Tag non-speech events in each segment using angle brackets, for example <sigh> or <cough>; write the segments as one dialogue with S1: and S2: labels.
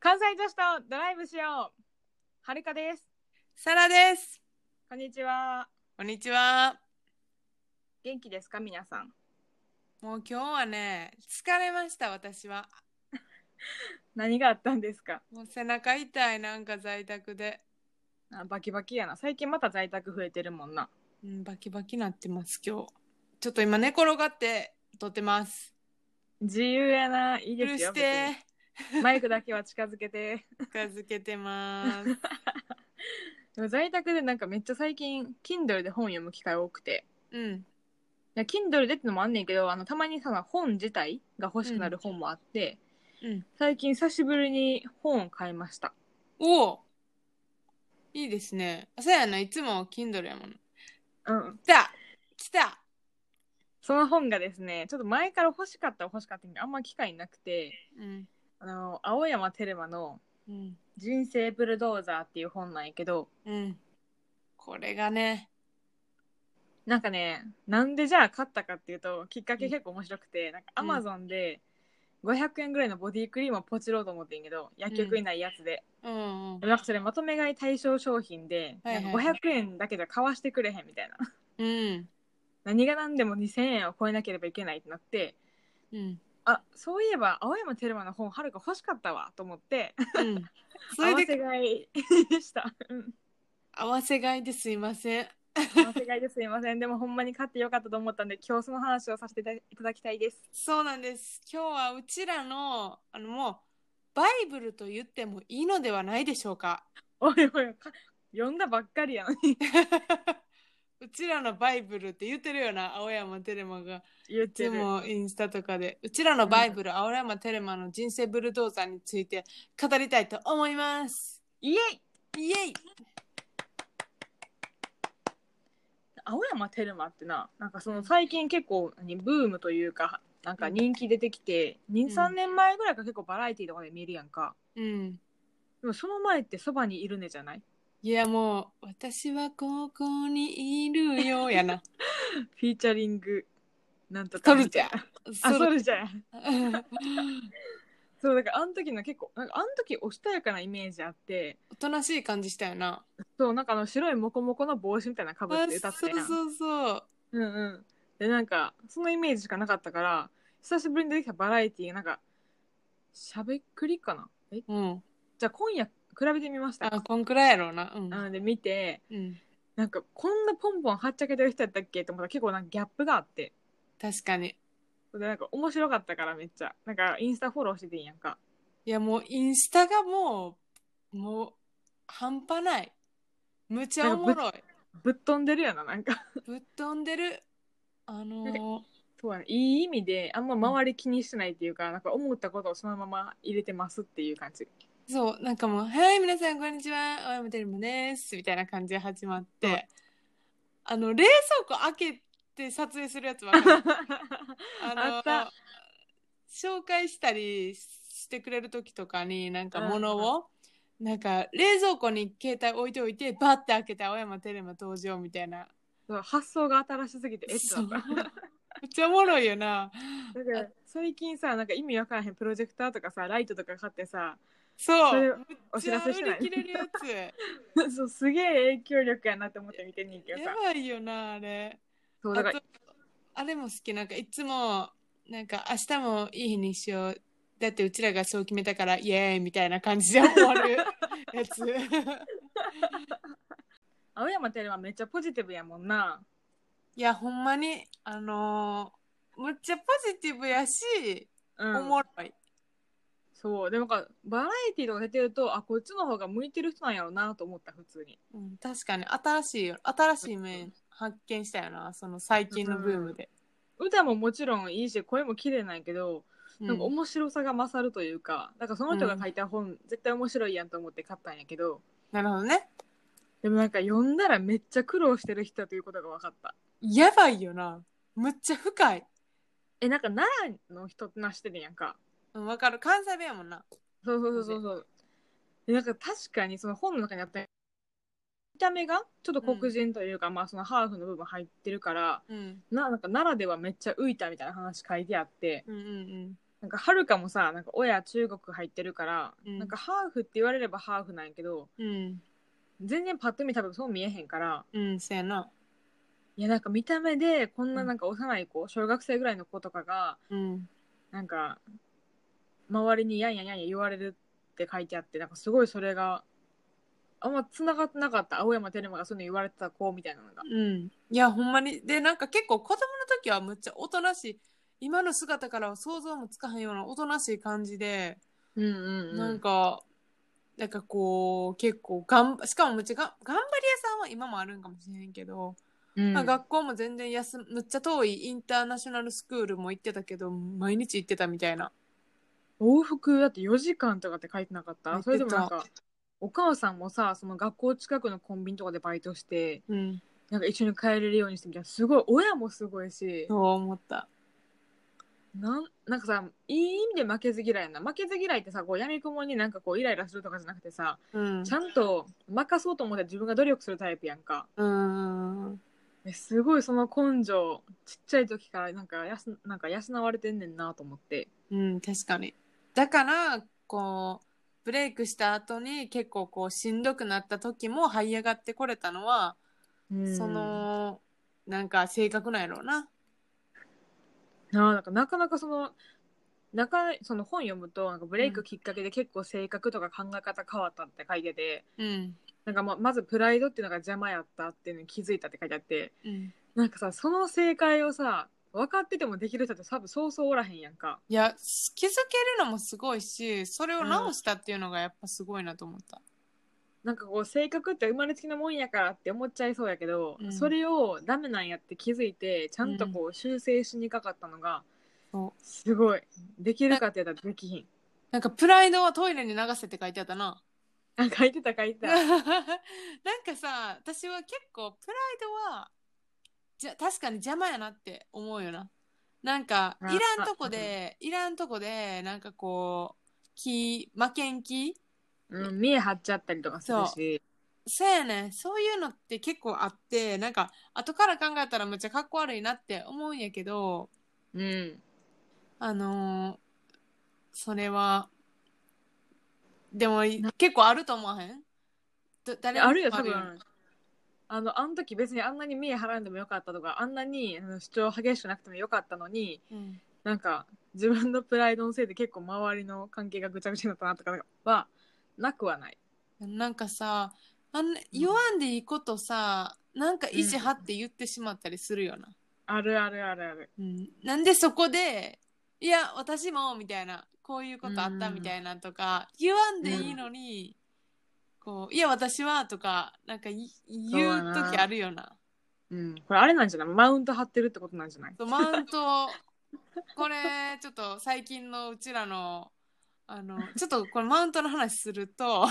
S1: 関西女子とドライブしよう。はるかです。
S2: サラです。
S1: こんにちは。
S2: こんにちは。
S1: 元気ですか、皆さん。
S2: もう今日はね、疲れました、私は。
S1: 何があったんですか。
S2: もう背中痛い、なんか在宅で。
S1: あバキバキやな。最近また在宅増えてるもんな。
S2: うん、バキバキなってます、今日。ちょっと今寝転がって撮ってます。
S1: 自由やな。いい
S2: 許
S1: ですよ
S2: し。て、
S1: 別にマイクだけは近づけて。
S2: 近づけてます。
S1: でも在宅でなんかめっちゃ最近 Kindle で本読む機会多くて。
S2: うん、
S1: いや Kindle でってのもあんねんけど、あのたまにさ本自体が欲しくなる本もあって、
S2: うん。
S1: 最近久しぶりに本を買いました。
S2: おおいいですね。あそうやな、いつも Kindle やもん。来
S1: うん。
S2: た来た
S1: その本がですね、ちょっと前から欲しかったら欲しかったんやけどあんま機会なくて。
S2: うん。
S1: あの青山テルマの
S2: うん。
S1: 「人生ブルドーザー」っていう本なんやけど
S2: うん。これがね、
S1: なんかねなんでじゃあ買ったかっていうときっかけ結構面白くて、なんかアマゾンで500円ぐらいのボディクリームをポチろうと思ってんけど薬局にないやつで、
S2: うん、うん
S1: で。もなんかそれまとめ買い対象商品で、
S2: はいはい
S1: なんか500円だけじゃ買わしてくれへんみたいな <laughs>
S2: うん。
S1: 何が何でも2000円を超えなければいけないってなって
S2: うん。
S1: あそういえば青山テルマの本はるか欲しかったわと思って
S2: うん。そ
S1: 合わ
S2: れで
S1: せ買い <laughs> した。うん
S2: 合わせ買いですいません。
S1: 間違いですいませんでもほんまに勝ってよかったと思ったんで今日その話をさせていただきたいです
S2: そうなんです。今日はうちらの、あのもう、バイブルと言ってもいいのではないでしょうか。 <laughs>
S1: おいおいか読んだばっかりやのに
S2: うちらのバイブルって言ってるよな、青山テレマが。
S1: 言っ
S2: いつ
S1: てる
S2: もインスタとかで。うちらのバイブル、青山テレマの人生ブルドーザーについて語りたいと思います。
S1: イエイ
S2: イエイ
S1: 青山テルマってななんかその最近結構何ブームというかなんか人気出てきて、23年前ぐらいから結構バラエティーとかで見るやんか
S2: うん。
S1: でもその前ってそばにいるねじゃない
S2: いやもう、私はここにいるよ、やな。
S1: フィーチャリングなんとかみたいな <laughs> あソルジャーやそうだからあの時の結構なんかあの時おしとやかなイメージあって
S2: <laughs> おとなしい感じしたよな。
S1: そうなんかあの白いモコモコの帽子みたいなのかぶって歌ってたやん
S2: あそうそうそう。
S1: うんうん。で、なんか、そのイメージしかなかったから、久しぶりに出てきたバラエティー、なんか、しゃべくりかなえ
S2: うん。
S1: じゃあ今夜、比べてみました
S2: あ、
S1: か。
S2: こんくらいやろうな。うん。
S1: なので、見て、
S2: うん、
S1: なんか、こんなポンポンはっちゃけてる人やったっけと思ったら、結構なんかギャップがあって。
S2: 確かに。
S1: で、なんか、面白かったから、めっちゃ。なんか、インスタフォローしてていいんやんか。
S2: いや、もうインスタがもう、もう、半端ない。むちゃおもろい。
S1: ぶっ飛んでるやな、なんか。 <laughs>
S2: ぶっ飛んでる。あのー、
S1: そうやね。いい意味で、あんま周り気にしてないっていうか、なんか、思ったことをそのまま入れてますっていう感じ。 <laughs>
S2: そう、なんかもう、はい、皆さん、こんにちは。青山テルマです。みたいな感じで始まっ
S1: そう
S2: て、あの、冷蔵庫開けて撮影するやつわかる <laughs> あの
S1: あった
S2: 紹介したりしてくれる時とかになんか
S1: うんうん
S2: 物を、なんか冷蔵庫に携帯置いておいてバッて開けて青山テレマ登場みたいな
S1: そう発想が新しすぎて、えっと
S2: そう <laughs>
S1: 思っ
S2: め
S1: た
S2: っ。ちゃおもろいよな
S1: だから最近さなんか意味わからへんプロジェクターとかさライトとか買ってさそ
S2: そ
S1: れ
S2: う
S1: お知らせしてない
S2: めっちゃ売り切れるやつ
S1: そうすげえ影響力 <laughs> やなって思って見てんねんけど
S2: や
S1: さ
S2: ばいよなあれ
S1: そうだ
S2: あ
S1: から
S2: とあれも好きなんかいつもなんか明日もいい日にしようだってうちらがそう決めたからイエーイみたいな感じで終わるやつ <laughs>
S1: 青山テルマめっちゃポジティブやもんない
S2: や、ほんまに、あのー、むっちゃポジティブやし、
S1: うん
S2: おもろい。
S1: そうでもなんかバラエティーとか出てるとあこっちの方が向いてる人なんやろうなと思った普通に
S2: うん、確かに、新しいよ、新しい面発見したよな、その最近のブームで。
S1: 歌ももちろんいいし声も綺麗なんやけど、
S2: うん
S1: なんか面白さが勝るというかなんかその人が書いた本、絶対面白いやんと思って買ったんやけど
S2: なるほどね。
S1: でもなんか読んだらめっちゃ苦労してる人ということが分かった
S2: やばいよな。むっちゃ深い。
S1: えなんか奈良の人ってなしてるやんか
S2: うん、わかる。関西弁やもんな。
S1: そうそうそうそうそうでなんか確かにその本の中にあった見た目がちょっと黒人というか、まあそのハーフの部分入ってるから
S2: うん。
S1: ななんか奈良ではめっちゃ浮いたみたいな話書いてあって
S2: うんうんうん。
S1: なんかはるかもさなんか親中国入ってるから、
S2: うん
S1: なんかハーフって言われればハーフなんやけど
S2: うん。
S1: 全然パッと見多分そう見えへんから
S2: うん、そうやな。
S1: いやなんか見た目でこんな
S2: うん
S1: なんか幼い子小学生ぐらいの子とかが
S2: うん。
S1: なんか周りにやんやんやんや言われるって書いてあってなんかすごいそれがあんまつながってなかった青山テルマがそういうの言われてた子みたいなのが
S2: うん。いや、ほんまに。で、なんか結構子供の時はむっちゃおとなしい。今の姿からは想像もつかへんようなおとなしい感じで、
S1: うんうん、う
S2: なんか、なんかこう、結構がんば、しかもむっちゃが頑張り屋さんは今もあるんかもしれへんけど、
S1: うん
S2: まあ、学校も全然休むむっちゃ遠いインターナショナルスクールも行ってたけど毎日行ってたみたいな
S1: 往復だって4時間とかって書いてなかった
S2: 書いてた
S1: それでもなんかお母さんもさその学校近くのコンビニとかでバイトして
S2: うん
S1: なんか一緒に帰れるようにしてみたいなすごい親もすごいし
S2: そう思った
S1: なんなんかさいい意味で負けず嫌いやな負けず嫌いってさこうやみくもになんかこうイライラするとかじゃなくてさ
S2: うん
S1: ちゃんと任そうと思って自分が努力するタイプやんか
S2: うん
S1: えすごいその根性ちっちゃい時からなんかやすなんか養われてんねんなと思って
S2: うん確かにだからこうブレイクした後に結構こうしんどくなった時も這い上がってこれたのは、そのなんか性格なんやろうな
S1: なあなんかなかなかそのなかその本読むとなんかブレイ
S2: う
S1: ク
S2: ん
S1: きっかけで結構性格とか考え方変わったって書いてて、
S2: うん
S1: なんかままずプライドっていうのが邪魔やったっていうのに気づいたって書いてあって
S2: うん
S1: なんかさその正解をさ分かっててもできる人って多分そうそうおらへんやんか
S2: いや気づけるのもすごいしそれを直したっていうのがやっぱすごいなと思った、
S1: なんかこう性格って生まれつきのもんやからって思っちゃいそうやけど、
S2: うん
S1: それをダメなんやって気づいてちゃんとこう修正しにかかったのが、
S2: そう
S1: すごいできるかって言ったらできひん
S2: なんかプライドはトイレに流せって書いてあった <laughs> な
S1: あ書いてた書いてた
S2: なんかさ私は結構プライドはじゃ確かに邪魔やなって思うよななんかい
S1: あ
S2: らんとこでいらんとこでなんかこう気負けん気
S1: うん、見え張っちゃったりとかするし
S2: そうやねんそういうのって結構あってなんか後から考えたらむっちゃかっこ悪いなって思うんやけど
S1: うん
S2: あのーそれはでも結構あると思わへんど誰に
S1: あるよ
S2: も
S1: 多
S2: よ
S1: 分あのあの時別にあんなに見え張らんでもよかったとかあんなにあの主張激しくなくてもよかったのに
S2: うん
S1: なんか自分のプライドのせいで結構周りの関係がぐちゃぐちゃになったなとかはなくはない
S2: なんかさあんな言わんでいいことさ、なんか意地張って言ってしまったりするよな、
S1: あるあるあるある
S2: うん、なんでそこで「いや私も」みたいなこういうことあった
S1: うん
S2: みたいなとか、言わんでいいのに、こう「いや私は」とかなんかい言
S1: そうや
S2: う
S1: な
S2: 時あるよな
S1: うんこれあれなんじゃないマウント張ってるってことなんじゃない
S2: そうマウントこれちょっと最近のうちらのあのちょっとこれマウントの話すると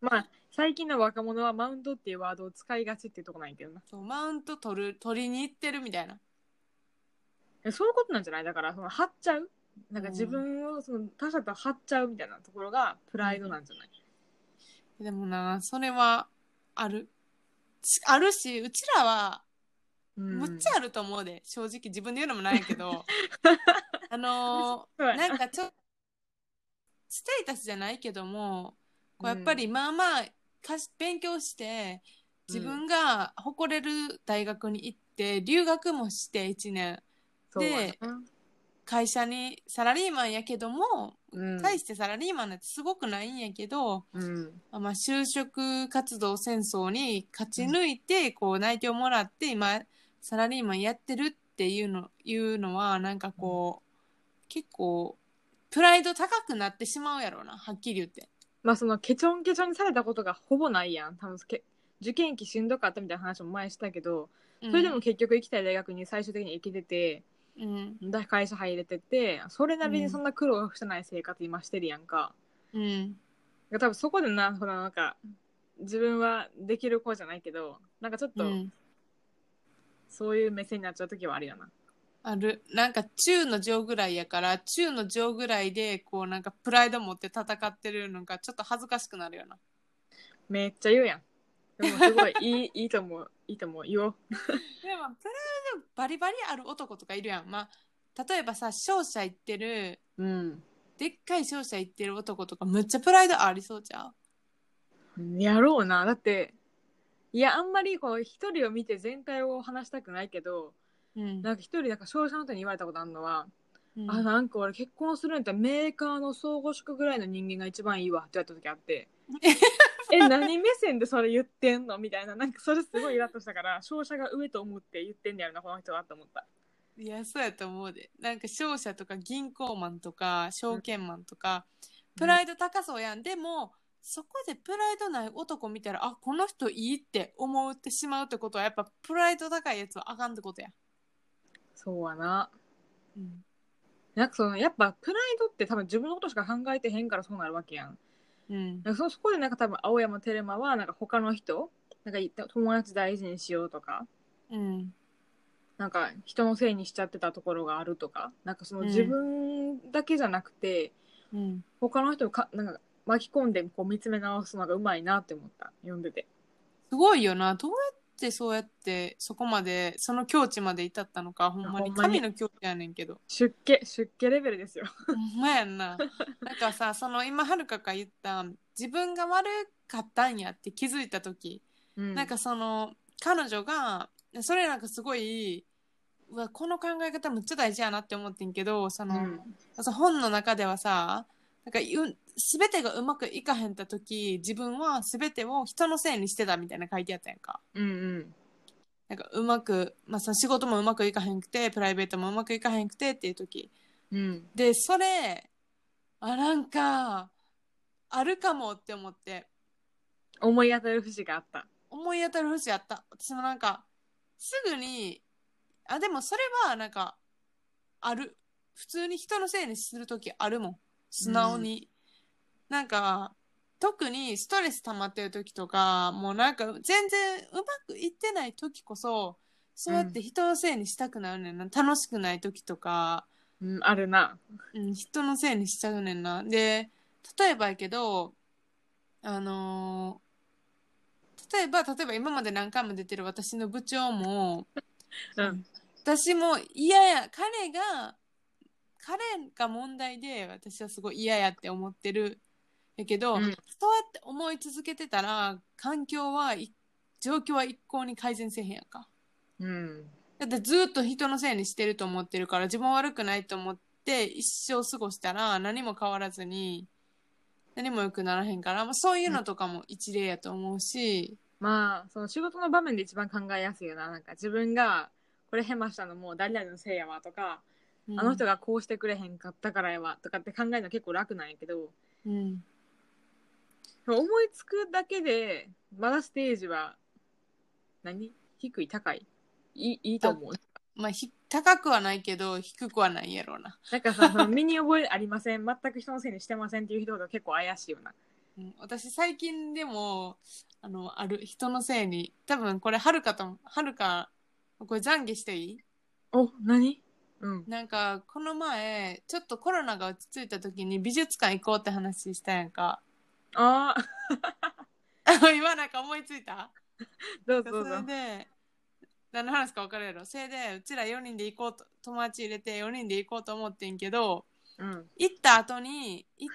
S1: まあ最近の若者はマウントっていうワードを使いがちっていうとこなんやけどな
S2: そうマウント取る取りに行ってるみたいな
S1: えそういうことなんじゃないだからその張っちゃうなんか自分をその他者と張っちゃうみたいなところがプライドなんじゃない、
S2: でもな、それはある。しあるし、うちらは、
S1: うん
S2: むっちゃあると思うで、正直自分で言うのもないけ
S1: <laughs>
S2: ど。あの
S1: そうや
S2: ー、
S1: な
S2: なんかちょステータスじゃないけども、こうや
S1: うん
S2: っぱりまあまあ、かし勉強して、自分が誇れる大学に行って、留学もして1年、
S1: そうや
S2: で会社にサラリーマンやけども、
S1: な
S2: 対してサラリーマンなんてすごくないんやけど、
S1: うん
S2: まあ、就職活動戦争に勝ち抜いて、こう内定をもらって今サラリーマンやってるっていうのいうのはなんかこう、結構プライド高くなってしまうやろうなはっきり言って。
S1: まあそのケチョンケチョンにされたことがほぼないやん多分け受験期しんどかったみたいな話も前したけどそれでも結局行きたい大学に最終的に行けてて、
S2: うん、うん
S1: だ会社入れててそれなりにそんな苦労してない生活今してるやんか、
S2: う
S1: だ
S2: ん
S1: から多分そこでなほらなんか自分はできる子じゃないけどなんかちょっ
S2: う
S1: と
S2: ん
S1: そういう目線になっちゃう時はあるよな、
S2: あるなんか中の上ぐらいやから中の上ぐらいでこうなんかプライド持って戦ってるのがちょっと恥ずかしくなるよな。
S1: めっちゃ言うやんでもすごいいいいいと思ういいと思う言おう
S2: でもプライドバリバリある男とかいるやんまあ例えばさ商社行ってる
S1: うん。
S2: でっかい商社行ってる男とかむっちゃプライドありそうじゃん
S1: やろうな。だって、いや、あんまりこう、一人を見て全体を話したくないけど、
S2: うん
S1: なんか一人、なんか商社の人に言われたことあるのは、
S2: うん
S1: あ、なんか俺結婚するんやったらメーカーの総合職ぐらいの人間が一番いいわって言われた時あ <laughs> って、え、何目線でそれ言ってんのみたいな、なんかそれすごいイラッとしたから、商社が上と思って言ってんねやろな、この人はって思った。
S2: いやそうやと思うでなんか商社とか銀行マンとか証券マンとか、プライド高そうやんでもそこでプライドない男見たらあこの人いいって思ってしまうってことはやっぱプライド高いやつはあかんってことや、
S1: そうやな。
S2: うん
S1: なんかその、やっぱプライドって多分自分のことしか考えてへんからそうなるわけやん。
S2: うん
S1: なんかそそこでなんか多分青山テルマはなんか他の人なんかい友達大事にしようとか
S2: うん
S1: なんか人のせいにしちゃってたところがあるとかなんかその
S2: うん
S1: 自分だけじゃなくて、
S2: うん、
S1: 他の人をかなんか巻き込んでこう見つめ直すのがうまいなって思った読んでて
S2: すごいよなどうやってそうやってそこまでその境地まで至ったのかほんま
S1: ほ
S2: に
S1: んまに
S2: 神の境地やねんけど
S1: 出家出家レベルですよ
S2: ほんまやんな。なんかさ、その今はるかが言った自分が悪かったんやって気づいた時、
S1: うん
S2: なんかその彼女がそれなんかすごいうわこの考え方むっちゃ大事やなって思ってんけど、その、
S1: うん
S2: その本の中ではさ、なんかう全てがうまくいかへんた時、自分は全てを人のせいにしてたみたいな書いてあったやんか。
S1: うんうん
S2: なんかうまく、まあ、その仕事もうまくいかへんくて、プライベートもうまくいかへんくてっていう時、
S1: うん
S2: でそれあなんかあるかもって思って
S1: 思い当たる節があった
S2: 思い当たる節あった私もなんかすぐにあでもそれはなんかある普通に人のせいにする時あるもん素直に、なんか特にストレス溜まってる時とかもうなんか全然うまくいってない時こそそうやって人のせいにしたくなるねんな、楽しくない時とか
S1: うんあるな
S2: うん、人のせいにしちゃうねんな。で、例えばやけど、あのー例えば、例えば今まで何回も出てる私の部長も、
S1: うん
S2: 私も嫌や、彼が、彼が問題で私はすごい嫌やって思ってる。やけど、
S1: うん
S2: そうやって思い続けてたら、環境はい、状況は一向に改善せえへんやんか。
S1: うん
S2: だってずっと人のせいにしてると思ってるから自分は悪くないと思って一生過ごしたら何も変わらずに何も良くならへんから、まあ、そういうのとかも一例やと思うし、
S1: まあその仕事の場面で一番考えやすいよななんか自分がこれヘマしたのも誰々のせいやわとか
S2: うん
S1: あの人がこうしてくれへんかったからやわとかって考えるの結構楽なんやけど
S2: うん
S1: 思いつくだけでまだステージは何低い高いいいいいと思う
S2: まあひ高くはないけど低くはないやろうな、
S1: なんかさその身に覚えありません全く人のせいにしてませんっていう人ほど結構怪しいよな
S2: うん、私最近でもあのある人のせいに多分これはるかともはるかこれ懺悔していい
S1: お何うん
S2: なんかこの前ちょっとコロナが落ち着いた時に美術館行こうって話したやんか
S1: ああ
S2: <laughs> 今なんか思いついた
S1: <laughs> どうぞ
S2: そ
S1: どうぞ
S2: れで何の話か分かるやろそれでうちら4人で行こうと友達入れて4人で行こうと思ってんけど
S1: うん
S2: 行った後にいい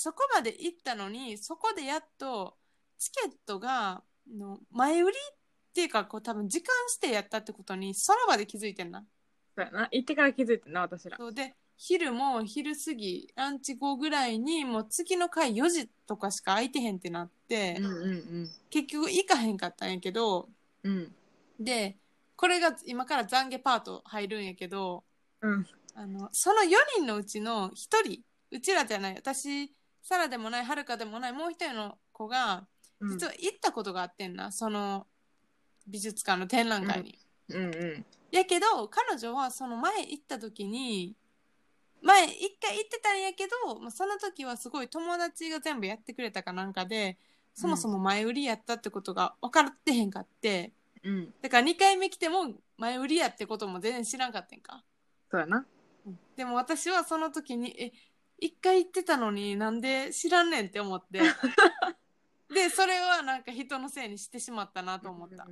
S2: そこまで行ったのにそこでやっとチケットがの前売りっていうかこう多分時間指定やったってことにその場で気づいてんな。
S1: そうやな行ってから気づいてんな私ら
S2: そうで昼も昼過ぎランチ後ぐらいにもう次の回4時とかしか空いてへんってなって、
S1: うんうん
S2: 結局行かへんかったんやけど
S1: うんうん
S2: でこれが今から懺悔パート入るんやけど
S1: うん
S2: あのその4人のうちの1人うちらじゃない私サラでもないはるかでもないもう一人の子が
S1: うん
S2: 実は行ったことがあってんな、その美術館の展覧会に。
S1: うんうん
S2: やけど彼女はその前行った時に前一回行ってたんやけど、まあ、その時はすごい友達が全部やってくれたかなんかでそもそも前売りやったってことが分かってへんかって。
S1: うん
S2: だから2回目来ても前売りやってことも全然知らんかったんか。
S1: そうやな
S2: でも私はその時に、え、1回行ってたのになんで知らんねんって
S1: <laughs>
S2: 思って。で、それはなんか人のせいにしてしまったなと思った。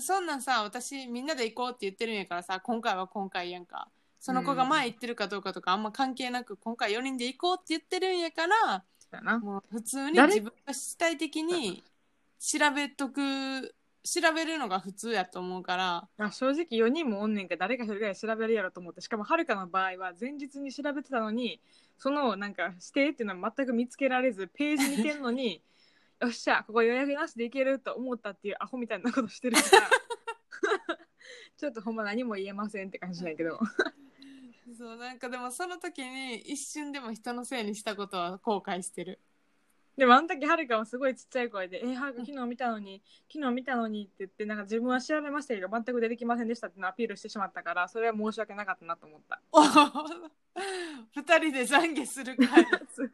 S2: そんなんさ、私みんなで行こうって言ってるんやからさ、今回は今回やんか。その子が前行ってるかどうかとかあんま関係なく今回4人で行こうって言ってるんやから
S1: だな。
S2: もう普通に
S1: 誰
S2: 自分が主体的に調べとく調べるのが普通やと思うから
S1: あ正直4人もおんねんけど誰か一人ぐらい調べるやろと思ってしかもはるかの場合は前日に調べてたのにそのなんか指定っていうのは全く見つけられずページ見てんのによっしゃここ予約なしで行けると思ったっていうアホみたいなことしてるからちょっとほんま何も言えませんって感じだけど
S2: そうなんかでもその時に一瞬でも人のせいにしたことは後悔してる
S1: でもあの時はるかはすごいちっちゃい声で「えはるか昨日見たのに昨日見たのに」って言ってなんか自分は調べましたけど全く出てきませんでしたっていうのをアピールしてしまったからそれは申し訳なかったなと思った。
S2: お <laughs> 二人で懺悔する会
S1: す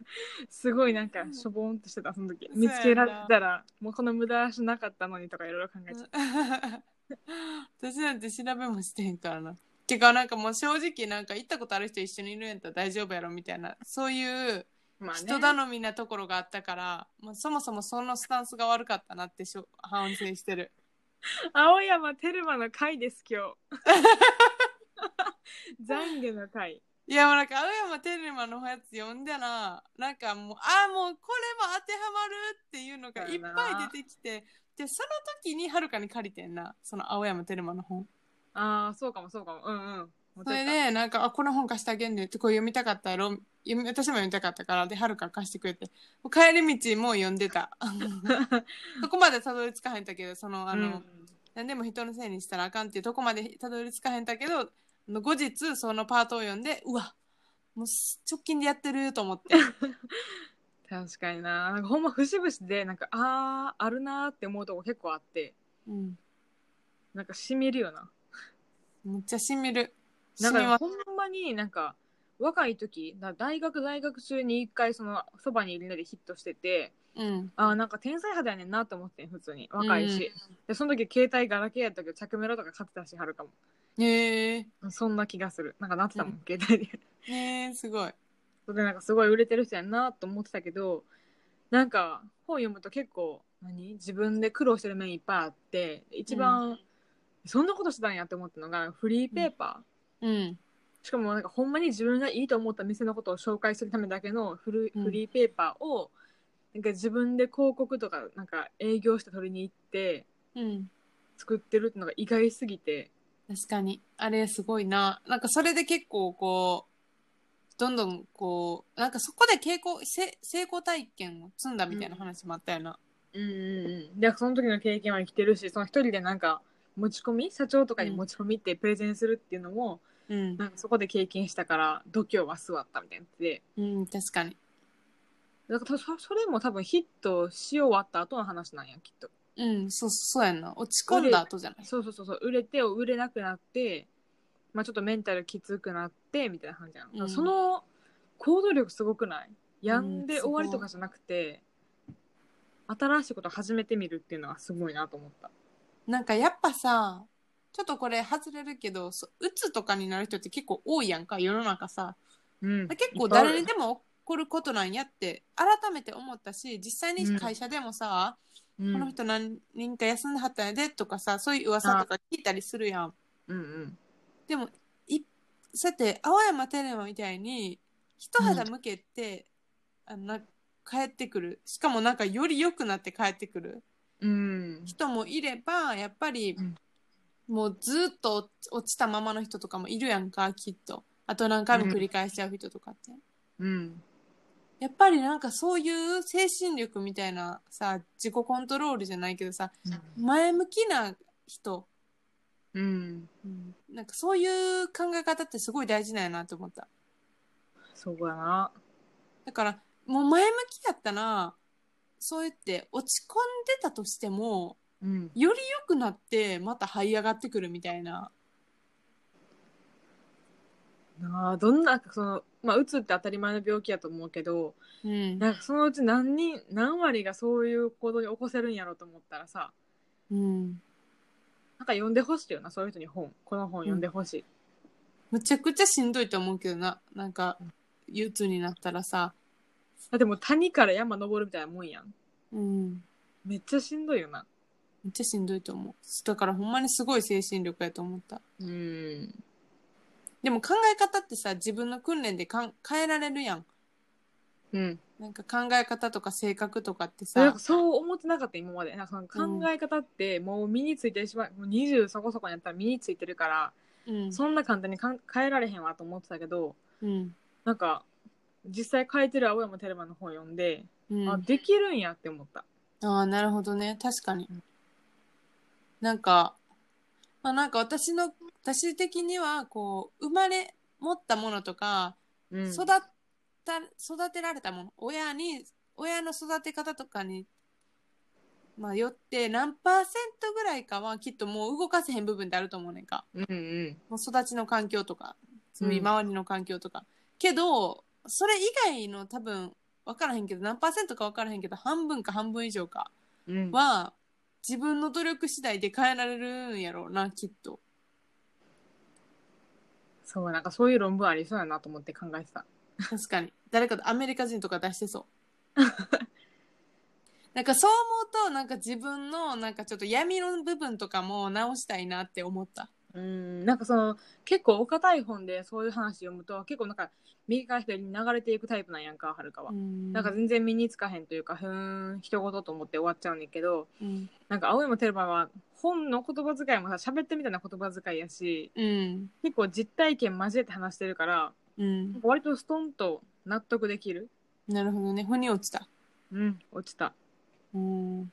S1: すごいなんかしょぼーんとしてたその時見つけられたらもうこの無駄足なかったのにとかいろいろ考えちゃっ
S2: <laughs> 私なんて調べもしてへんからな。てかなんかもう正直なんか行ったことある人一緒にいるんやったら大丈夫やろみたいなそういう
S1: た、まあね、
S2: 人頼みなところがあったから、まあ、そもそもそのスタンスが悪かったなってしょ反省してる。
S1: 青山テルマの回です
S2: <laughs>
S1: 今日懺悔の回
S2: いやもうなんか青山テルマのやつ読んだらなんかもうああもうこれも当てはまるっていうのがいっぱい出てきてでその時にはるかに借りてんなその青山テルマの本。
S1: ああそうかもそうかもうんうん持って
S2: そ
S1: った
S2: れで、なんか、あ、この本貸してあげんねって、これ読みたかったやろ。読み私も読みたかったから、で、はるか貸してくれて。もう帰り道もう読んでた。 <laughs> そこまでたどり着かへんだけど、その、あの、
S1: うん
S2: 何でも人のせいにしたらあかんっていうとこまでたどり着かへんだけど、あの後日、そのパートを読んで、うわ、もう直近でやってると
S1: <laughs>
S2: 思って。
S1: 確かにななんかほんま節々でなんかあああるなーって思うとこ結構あって
S2: うん。
S1: なんかしみるよな
S2: めっちゃしみる。
S1: な
S2: し
S1: ん
S2: み
S1: か
S2: ます。
S1: ほんまになんか若い時だ大学在学中に一回そのそばにいるのでヒットしてて、
S2: うん。
S1: あーなんか天才肌やねんなと思ってん普通に若いし、でその時携帯ガラケーやったけど着メロとか買ってたしはるかも
S2: へえ
S1: そんな気がするなんかなってたもん、携帯で
S2: ー。ねえ、すごい。
S1: それでなんかすごい売れてる人やんなと思ってたけどなんか本読むと結構何自分で苦労してる面いっぱいあって一番、そんなことしてたんやって思ったのがフリーペーパー、
S2: うん。
S1: しかもなんかほんまに自分がいいと思った店のことを紹介するためだけのフル、
S2: うん
S1: フリーペーパーをなんか自分で広告とかなんか営業して取りに行って
S2: うん。
S1: 作ってるってのが意外すぎて
S2: 確かに。あれすごいな。なんかそれで結構こう、どんどんこう、なんかそこで傾向、せ成功体験を積んだみたいな話もあったよな。
S1: うんうんうんでその時の経験は生きてるしその一人でなんか持ち込み社長とかに持ち込みってプレゼンするっていうのも、
S2: うん。
S1: なんかそこで経験したから度胸は座ったみたいになってて
S2: うん、確かに。
S1: だからそそれも多分ヒットし終わった後の話なんやきっと
S2: うん、そう、そうやんな。落ち込んだ後じゃない。
S1: そうそうそうそう売れて売れなくなって、まあ、ちょっとメンタルきつくなってみたいな感じなの、
S2: うん
S1: その行動力すごくないやん
S2: うん
S1: です
S2: ご
S1: 終
S2: い
S1: わりとかじゃなくて、新しいこと始めてみるっていうのはすごいなと思った
S2: なんかやっぱさ、ちょっとこれ外れるけど、そうつとかになる人って結構多いやんか、世の中さ。
S1: うん
S2: 結構誰に
S1: で
S2: でも起こることなんやって、改めて思ったし、実際に会社でもさ、
S1: も
S2: この人何人か休んではったんやでとかさそういう噂とか聞いたりするやん
S1: うんうん
S2: でもいさて青山テレマみたいに一肌向けて、あのな帰ってくるしかもなんかより良くなって帰ってくる
S1: うん
S2: 人もいればやっぱり、
S1: うん
S2: もうずっと落ちたままの人とかもいるやんかきっとあと何回も繰り返しちゃう人とかって、
S1: うん
S2: やっぱりなんかそういう精神力みたいなさ自己コントロールじゃないけどさ前向きな人
S1: うん
S2: なんかそういう考え方ってすごい大事なんやなと思った。
S1: そうやな
S2: だから、もう前向きやったら、そうやって落ち込んでたとしても、
S1: うん
S2: より良くなってまた這い上がってくるみたいな。
S1: なあどんなそのまあうつって当たり前の病気やと思うけど
S2: うん。
S1: なんかそのうち何人何割がそういう行動に起こせるんやろうと思ったらさ
S2: うん。
S1: なんか読んでほしいよな、そういう人に本。この本読んでほしい。
S2: むちゃくちゃしんどいと思うけどな。なんか、憂鬱になったらさ。
S1: だってもう谷から山登るみたいなもんやん。
S2: うん。
S1: めっちゃしんどいよな。
S2: めっちゃしんどいと思う。だからほんまにすごい精神力やと思った。
S1: うん。
S2: でも考え方ってさ自分の訓練でかん変えられるやん
S1: うん、
S2: なんか考え方とか性格とかって
S1: なん
S2: さ
S1: かそう思ってなかった今までなんかその考え方ってもう身についてしまうもう20そこそこになったら身についてるから
S2: うん
S1: そんな簡単にかん変えられへんわと思ってたけど
S2: うん
S1: なんか実際変えてる青山テルマの本読んで、
S2: うん
S1: あできるんやって思った
S2: ああ、なるほどね。確かに。なんか、まあなんか私の、私的には、こう、生まれ持ったものとか、
S1: うん
S2: 育った、育てられたもの、親に、親の育て方とかに、まあよって何パーセントぐらいかはきっともう動かせへん部分ってあると思うねんか。
S1: うんうん
S2: もう育ちの環境とか、そういううん周りの環境とか。けど、それ以外の多分、分からへんけど、何パーセントか分からへんけど、半分か半分以上か。
S1: うん
S2: は自分の努力次第で変えられるんやろうなきっと
S1: そうなんかそういう論文ありそうやなと思って考えてた
S2: 確かに誰かアメリカ人とか出してそう <laughs> なんかそう思うとなんか自分のなんかちょっと闇の部分とかも直したいなって思った
S1: うんなんかその結構お堅い本でそういう話読むと結構なんか右から左に流れていくタイプなんやんかはるかは、な
S2: な
S1: んか、全然身につかへんというかふーん人事と思って終わっちゃうねんだけど
S2: うん
S1: なんか青山テルマは本の言葉遣いもさ喋ってみたいな言葉遣いやし
S2: うん
S1: 結構実体験交えて話してるから
S2: うん、
S1: 割とストンと納得できる
S2: なるほどね腑に落ちた
S1: うん落ちた
S2: うん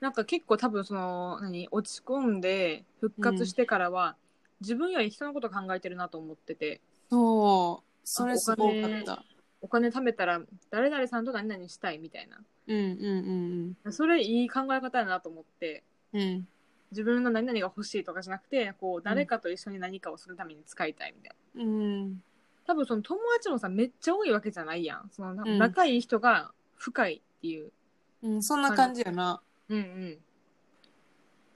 S1: なんか結構多分その何落ち込んで復活してからは、自分より人のこと考えてるなと思ってて
S2: そうそれすごかった
S1: お金貯めたら誰々さんと何々したいみたい
S2: うんうん
S1: なそれいい考え方だなと思って
S2: うんうん
S1: 自分の何々が欲しいとかじゃなくてこう誰かと一緒に何かをするために使いたいみたいな、
S2: うん
S1: 多分その友達もさめっちゃ多いわけじゃないやんそのな
S2: うん
S1: 仲いい人が深いっていう、
S2: うんそんな感じやな
S1: うんうんい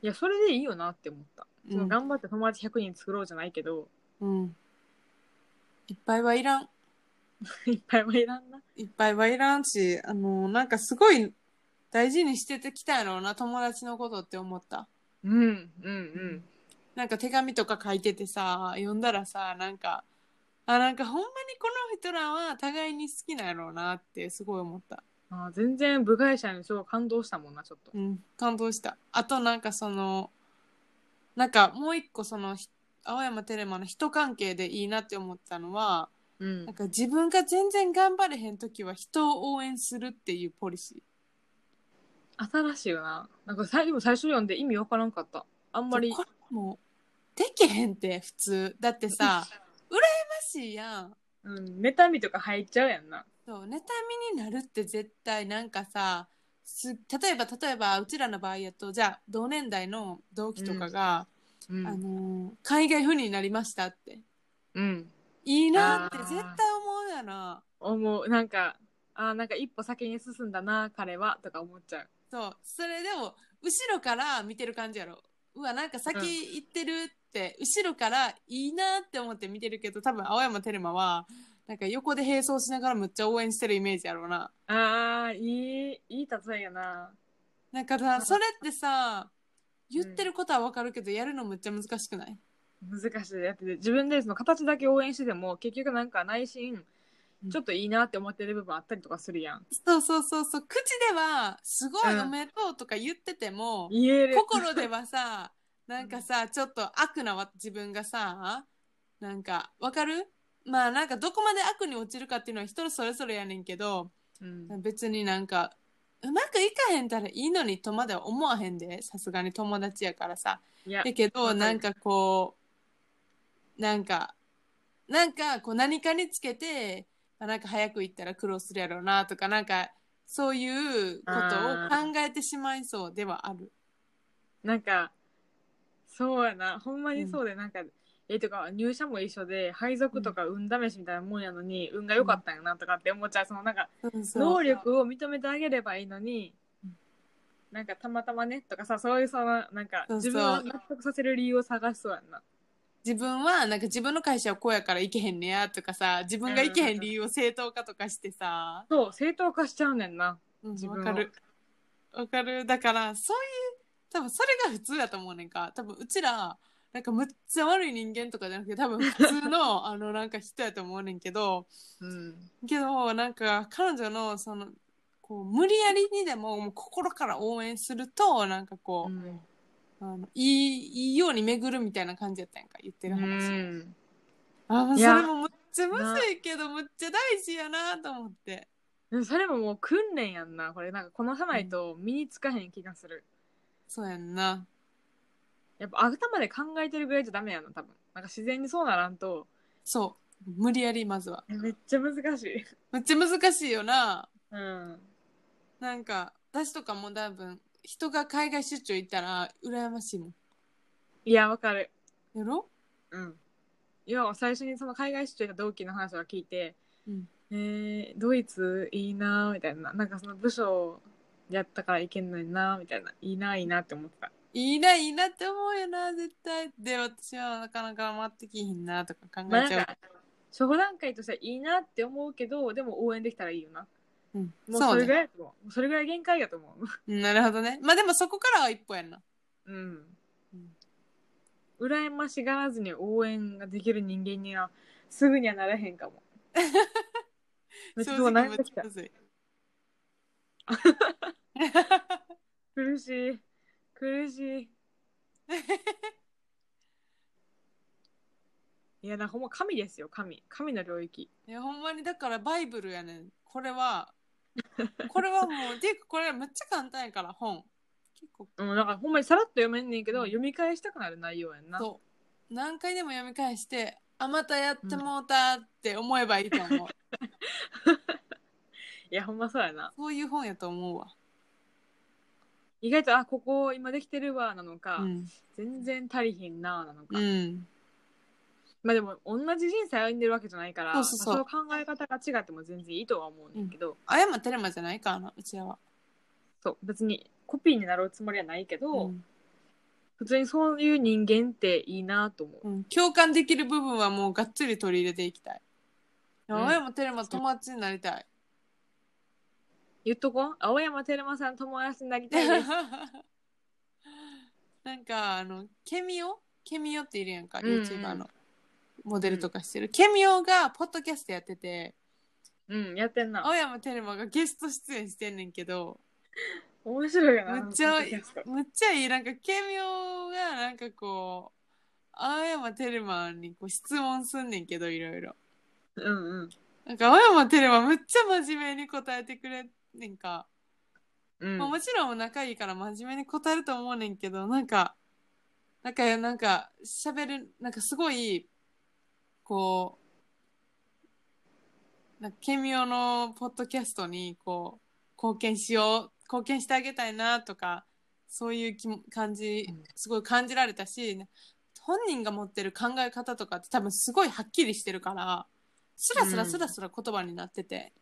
S1: やそれでいいよなって思った、
S2: うん
S1: その頑張って友達100人作ろうじゃないけど <laughs>
S2: うんいっぱいはいらん
S1: いっぱいはいらんない
S2: っぱいはいらんし、あの、なんかすごい大事にしててきたんやろうな、友達のことって思った。
S1: うんうんうん
S2: なんか手紙とか書いててさ、読んだらさ、なんか、あ、なんかほんまにこの人らは互いに好きなんやろうなってすごい思った。
S1: あー全然部外者にすごい感動したもんなちょっと
S2: うん、感動した。あとなんかその、なんかもう一個その、ひ青山テレマの人関係でいいなって思ったのは、
S1: うん
S2: なんか自分が全然頑張れへん時は人を応援するっていうポリシー。
S1: 新しいよな。なんか最でも最初読んで意味わからんかった。あんまり
S2: こ。れもうできへんって普通だってさ羨ましいやん
S1: <laughs> うん、妬みとか入っちゃうやんな。
S2: そう妬みになるって絶対なんかさす例えば例えばうちらの場合やとじゃあ同年代の同期とかが、
S1: う
S2: あ
S1: ん。
S2: のー海外赴任になりましたって
S1: うん。
S2: いいなって
S1: あー
S2: 絶対思うやな
S1: 思う。なんか、あーなんか一歩先に進んだな、彼は、とか思っちゃう。
S2: そうそれでも後ろから見てる感じやろうわなんか先行ってるって、後ろからいいなって思って見てるけど多分青山テルマはなんか横で並走しながらむっちゃ応援してるイメージやろうな
S1: ああ、いい、いい例えやな。
S2: なんかさそれってさ言ってることはわかるけど、やるのむっちゃ難しくない、
S1: 難しい。だって自分でその形だけ応援してても、結局なんか内心
S2: うん、
S1: ちょっといいなって思ってる部分あったりとかするやん。
S2: そうそうそうそう口ではすごい
S1: うん
S2: おめでとうとか言ってても、
S1: 言える。
S2: 心ではさなんかさちょっと悪なわ自分がさなんかわかるまあなんかどこまで悪に落ちるかっていうのは人それぞれやねんけど
S1: うん。
S2: 別になんかうまくいかへんたらいいのにとまでは思わへんでさすがに友達やからさ
S1: いや
S2: や、け
S1: わ
S2: ど
S1: かる
S2: なんかこうなんかなんかこう何かにつけてあなんか早く行ったら苦労するやろうなとかなんかそういうことを考えてしまいそうではある。
S1: なんか、そうやな、ほんまにそうで、なんか、え、とか、入社も一緒で、配属とか運試しみたいなもんやのに、運が良かったんやなとかって思っちゃう、そのなんか、
S2: そうそう
S1: 能力を認めてあげればいいのに
S2: うん、
S1: なんか、たまたまね、とかさ、そういうその、なんか、
S2: そうそ
S1: 自
S2: う
S1: 分を納得させる理由を探しそうやんな。
S2: 自分はなんか自分の会社はこうやから行けへんねやとかさ自分が行けへん理由を正当化とかしてさ、
S1: そう、正当化しちゃうねんな。
S2: うん
S1: 自分を
S2: わかるわかるだからそういう多分それが普通やと思うねんか多分うちらなんかむっちゃ悪い人間とかじゃなくて多分普通の <laughs> あのなんか人やと思うねんけど
S1: うん。
S2: けどなんか彼女のそのこう無理やりにでももう心から応援するとなんかこう、
S1: ん。
S2: あのいいいいように巡るみたいな感じやったんやんか言ってる話、
S1: うん
S2: あ
S1: い
S2: ーそ
S1: や
S2: れもむっちゃむずいけどむっちゃ大事やなと思って
S1: でもそれももう訓練やんな。これなんかこなさないと身につかへん気がする。
S2: そうやんな
S1: やっぱ頭で考えてるぐらいじゃダメやな、多分。なんか自然にそうならんと。
S2: そう無理やりまずは
S1: めっちゃ難しい。
S2: むっちゃ難しいよな
S1: うん。
S2: なんか私とかも多分人が海外出張行ったら羨ましいも
S1: いや、わかる。
S2: んやろ
S1: うん。要は最初にその海外出張した同期の話を聞いて、
S2: うん
S1: えードイツいいなーみたいな。なんかその部署やったから行けんのになーみたいな。いいなーいいなって思ってた。
S2: いいないいなって思うよな絶対で私はなかなか回ってきひんなとか考
S1: まあな
S2: え
S1: ん
S2: ちゃう、
S1: か、初歩段階としてはいいなって思うけど、でも応援できたらいいよな。
S2: うん、
S1: もう
S2: そ
S1: そうれぐ
S2: ね
S1: らいだと思う。それぐらい限界やと思う。
S2: うんなるほどねまあでもそこからは一歩やんな
S1: うん
S2: うん。
S1: 羨ましがらずに応援ができる人間にはすぐにはなれへんか
S2: <laughs>
S1: も。めっち
S2: 正
S1: ゃ
S2: 直
S1: 悩
S2: む
S1: ん
S2: っ
S1: でき
S2: ち
S1: た
S2: ゃ
S1: 苦
S2: む。ずい
S1: しい。苦し
S2: <laughs>
S1: い。いや、なほんま神ですよ、神。神の領域。
S2: いやほんまにだからバイブルやねんこれはこれはもうていうかこれめっちゃ簡単やから本結構
S1: うん、なんかほんまにさらっと読めんねんけど、
S2: うん
S1: 読み返したくなる内容やんな。
S2: そう何回でも読み返してあまたやってもうたって思えばいいと思う、
S1: いや、ほんまそうやな。
S2: そういう本やと思うわ、
S1: 意外と、あ、ここ今できてるわ、なのか、
S2: うん
S1: 全然足りひんな、なのか。
S2: うん、
S1: まあでも、同じ人生歩んでるわけじゃないから、
S2: そうそうそう
S1: まあの考え方が違っても全然いいとは思うねんけど、
S2: あやまテレマじゃないからなうちらは、
S1: そう、別にコピーになるつもりはないけど、
S2: うん
S1: 普通にそういう人間っていいなと思う。
S2: うん共感できる部分はもうがっつり取り入れていきたい
S1: うん
S2: あやまテレマ友達になりたい、
S1: 言っとこう。青山テルマさん友達になりたいです。
S2: <laughs> なんかあのケミオケミオっているやんか、
S1: うんうん
S2: YouTuber のモデルとかしてる、ケミオがポッドキャストやってて
S1: <laughs> うん、やってんな
S2: 青。山テルマがゲスト出演してんねんけど
S1: 面白いよな。
S2: むっちゃ
S1: ポッドキャスト
S2: むっちゃいいなんかケミオがなんかこう青山テルマにこう質問すんねんけどいろいろ
S1: うんうん。
S2: なんか青山テルマむっちゃ真面目に答えてくれんねんか、
S1: うん
S2: まあ、もちろん仲いいから真面目に答えると思うねんけどなんかなんかなんか喋るなんかすごいこうなんかケミオのポッドキャストにこう貢献しよう貢献してあげたいなとかそういう気も感じ
S1: うん
S2: すごい感じられたし本人が持ってる考え方とかって多分すごいはっきりしてるからスラスラスラスラ言葉になってて、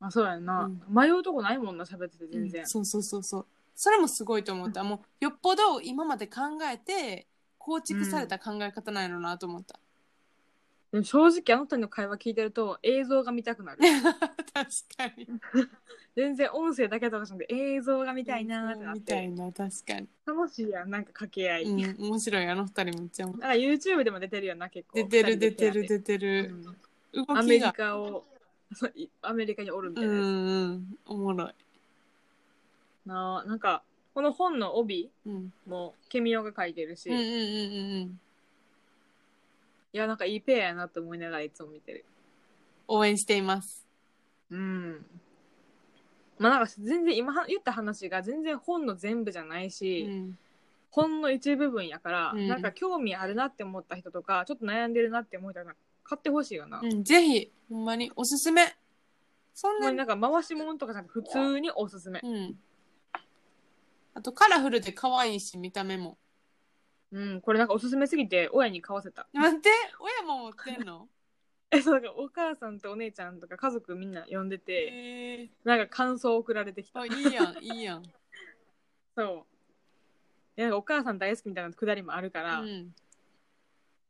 S1: まあそうやな、
S2: うん
S1: 迷うとこないもんな、喋ってて全然。
S2: そうそうそうそうそれもすごいと思ったもうよっぽど今まで考えて構築された考え方なんやろなと思った、 <laughs>
S1: でも正直あの人の会話聞いてると映像が見たくなる。
S2: 確かに
S1: 全然音声だけだとしんで映像が見たいなーってなっ
S2: みた
S1: て。
S2: いな確かに、
S1: 楽しいやん、なんか掛け合い。
S2: うん、面白いあの二人めっちゃ面白い
S1: なんか YouTube でも出てるよな、結構。
S2: 出てる
S1: 二
S2: 出
S1: 人で
S2: て
S1: ペアで
S2: る出てる、
S1: うんア
S2: 動
S1: メ
S2: き
S1: リ
S2: が
S1: カを、そういアメリカにおるみた
S2: う
S1: い
S2: ん
S1: なやつ
S2: うんおもろい、
S1: ななんかこの本の帯
S2: うん、
S1: もケミオが書いてるし、
S2: うんうんう
S1: い
S2: んうんうん
S1: やなんかいいペアやなと思いながらいつも見てる
S2: 応援しています
S1: うんまあなんか全然今は言った話が全然本の全部じゃないうし、
S2: ん
S1: 本の一部分やから、
S2: うん
S1: なんか興味あるなって思った人とかちょっと悩んでるなって思ったら買ってほしいよな、
S2: うん、ぜひほんまにおすすめそん
S1: ほんま
S2: な
S1: に
S2: に
S1: なんか回し物とかじゃなくて普通におすすめ
S2: うんあとカラフルで可愛いし見た目も
S1: うんこれなんかおすすめすぎて親に買わせた
S2: 待って親も持ってんの
S1: <laughs> えそうなんかお母さんとお姉ちゃんとか家族みんな呼んでて、
S2: えー、
S1: なんか感想送られてきた
S2: あいいやんいいやん、
S1: そう。いやなんかお母さん大好きみたいなくだりもあるから、
S2: う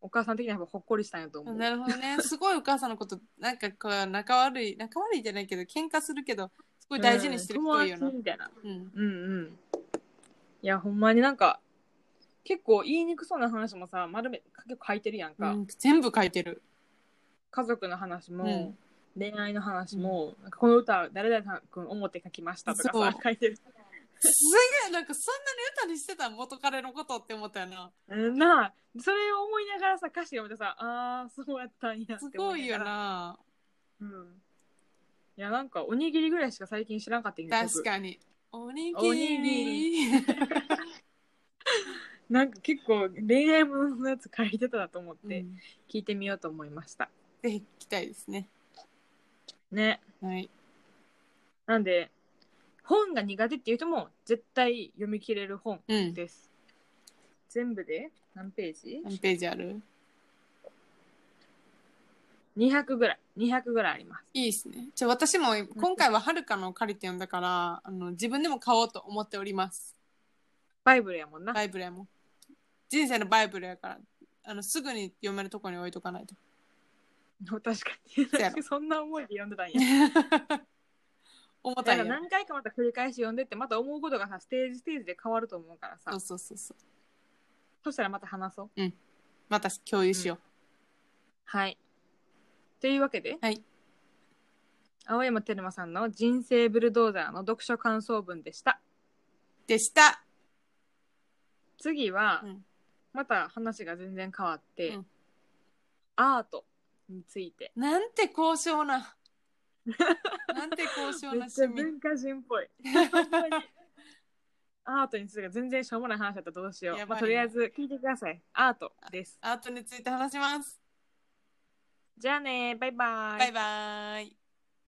S1: お母さん的にはやっぱほっこりしたんやと思う。
S2: ん、なるほどねすごいお母さんのことなんかこう仲悪い仲悪いじゃないけど喧嘩するけどすごい大事にしてるっぽいよな
S1: うん友達みたいな。
S2: うん
S1: うんうん。いや、ほんまになんか、結構言いにくそうな話もさ丸め結構書いてるやんか、
S2: うん全部書いてる。
S1: 家族の話も、
S2: うん
S1: 恋愛の話も、なんかこの歌誰々さん君思って書きましたとか
S2: そ
S1: さ
S2: う
S1: 書いてる
S2: すげえ、なんかそんなに歌にしてた元彼のことって思ったよな。
S1: うんなあそれを思いながらさ歌詞読めてさあーそうやったんやって
S2: す
S1: 思
S2: ごいよ
S1: ながら
S2: な。
S1: うんいやなんかおにぎりぐらいしか最近知らんかったけど
S2: 確かに。おにぎり。
S1: おにぎなんか結構恋愛もののやつ書いてたなと思っ
S2: うん
S1: て聞いてみようと思いました、
S2: ぜひ聞きたいですね。
S1: ね
S2: はい。
S1: なんで本が苦手っていう人も絶対読み切れる本
S2: うん。
S1: です、全部で何ページ
S2: 何ページある
S1: ?200 ぐらい200ぐらいあります
S2: いいですね。じゃあ私も今回ははるかのを借りて読んだから、あの自分でも買おうと思っております。
S1: バイブルやもんな、
S2: バイブルやもん。人生のバイブルやから、あのすぐに読めるとこに置いとかないと。
S1: <laughs> 確かに
S2: うや
S1: 確
S2: ろ
S1: かにそんな思いで読んでた
S2: <laughs>
S1: んや
S2: 重た
S1: だ
S2: い
S1: か
S2: よ
S1: ら。何回かまた繰り返し読んでってまた思うことがさステージステージで変わると思うからさ
S2: そう
S1: そ
S2: そうそうそう。
S1: したらまた話そう
S2: また共有しよ
S1: はいというわけで、
S2: はい
S1: 青山テルマさんの「人生ブルドーザー」の読書感想文でした
S2: う。でした。
S1: 次は、
S2: うん
S1: また話が全然変わって、
S2: うん
S1: アートについて
S2: なんて高
S1: <laughs>
S2: 尚な。なんて高尚
S1: め
S2: な
S1: っちゃ
S2: 趣味。
S1: 文化人っぽいアートについて全然しょうもない話だったらどうしよう、
S2: やば
S1: ま
S2: いね
S1: あ、とりあえず聞いてくださいアートです
S2: アートについて話します。
S1: じゃあねバイバイ
S2: バイバイ。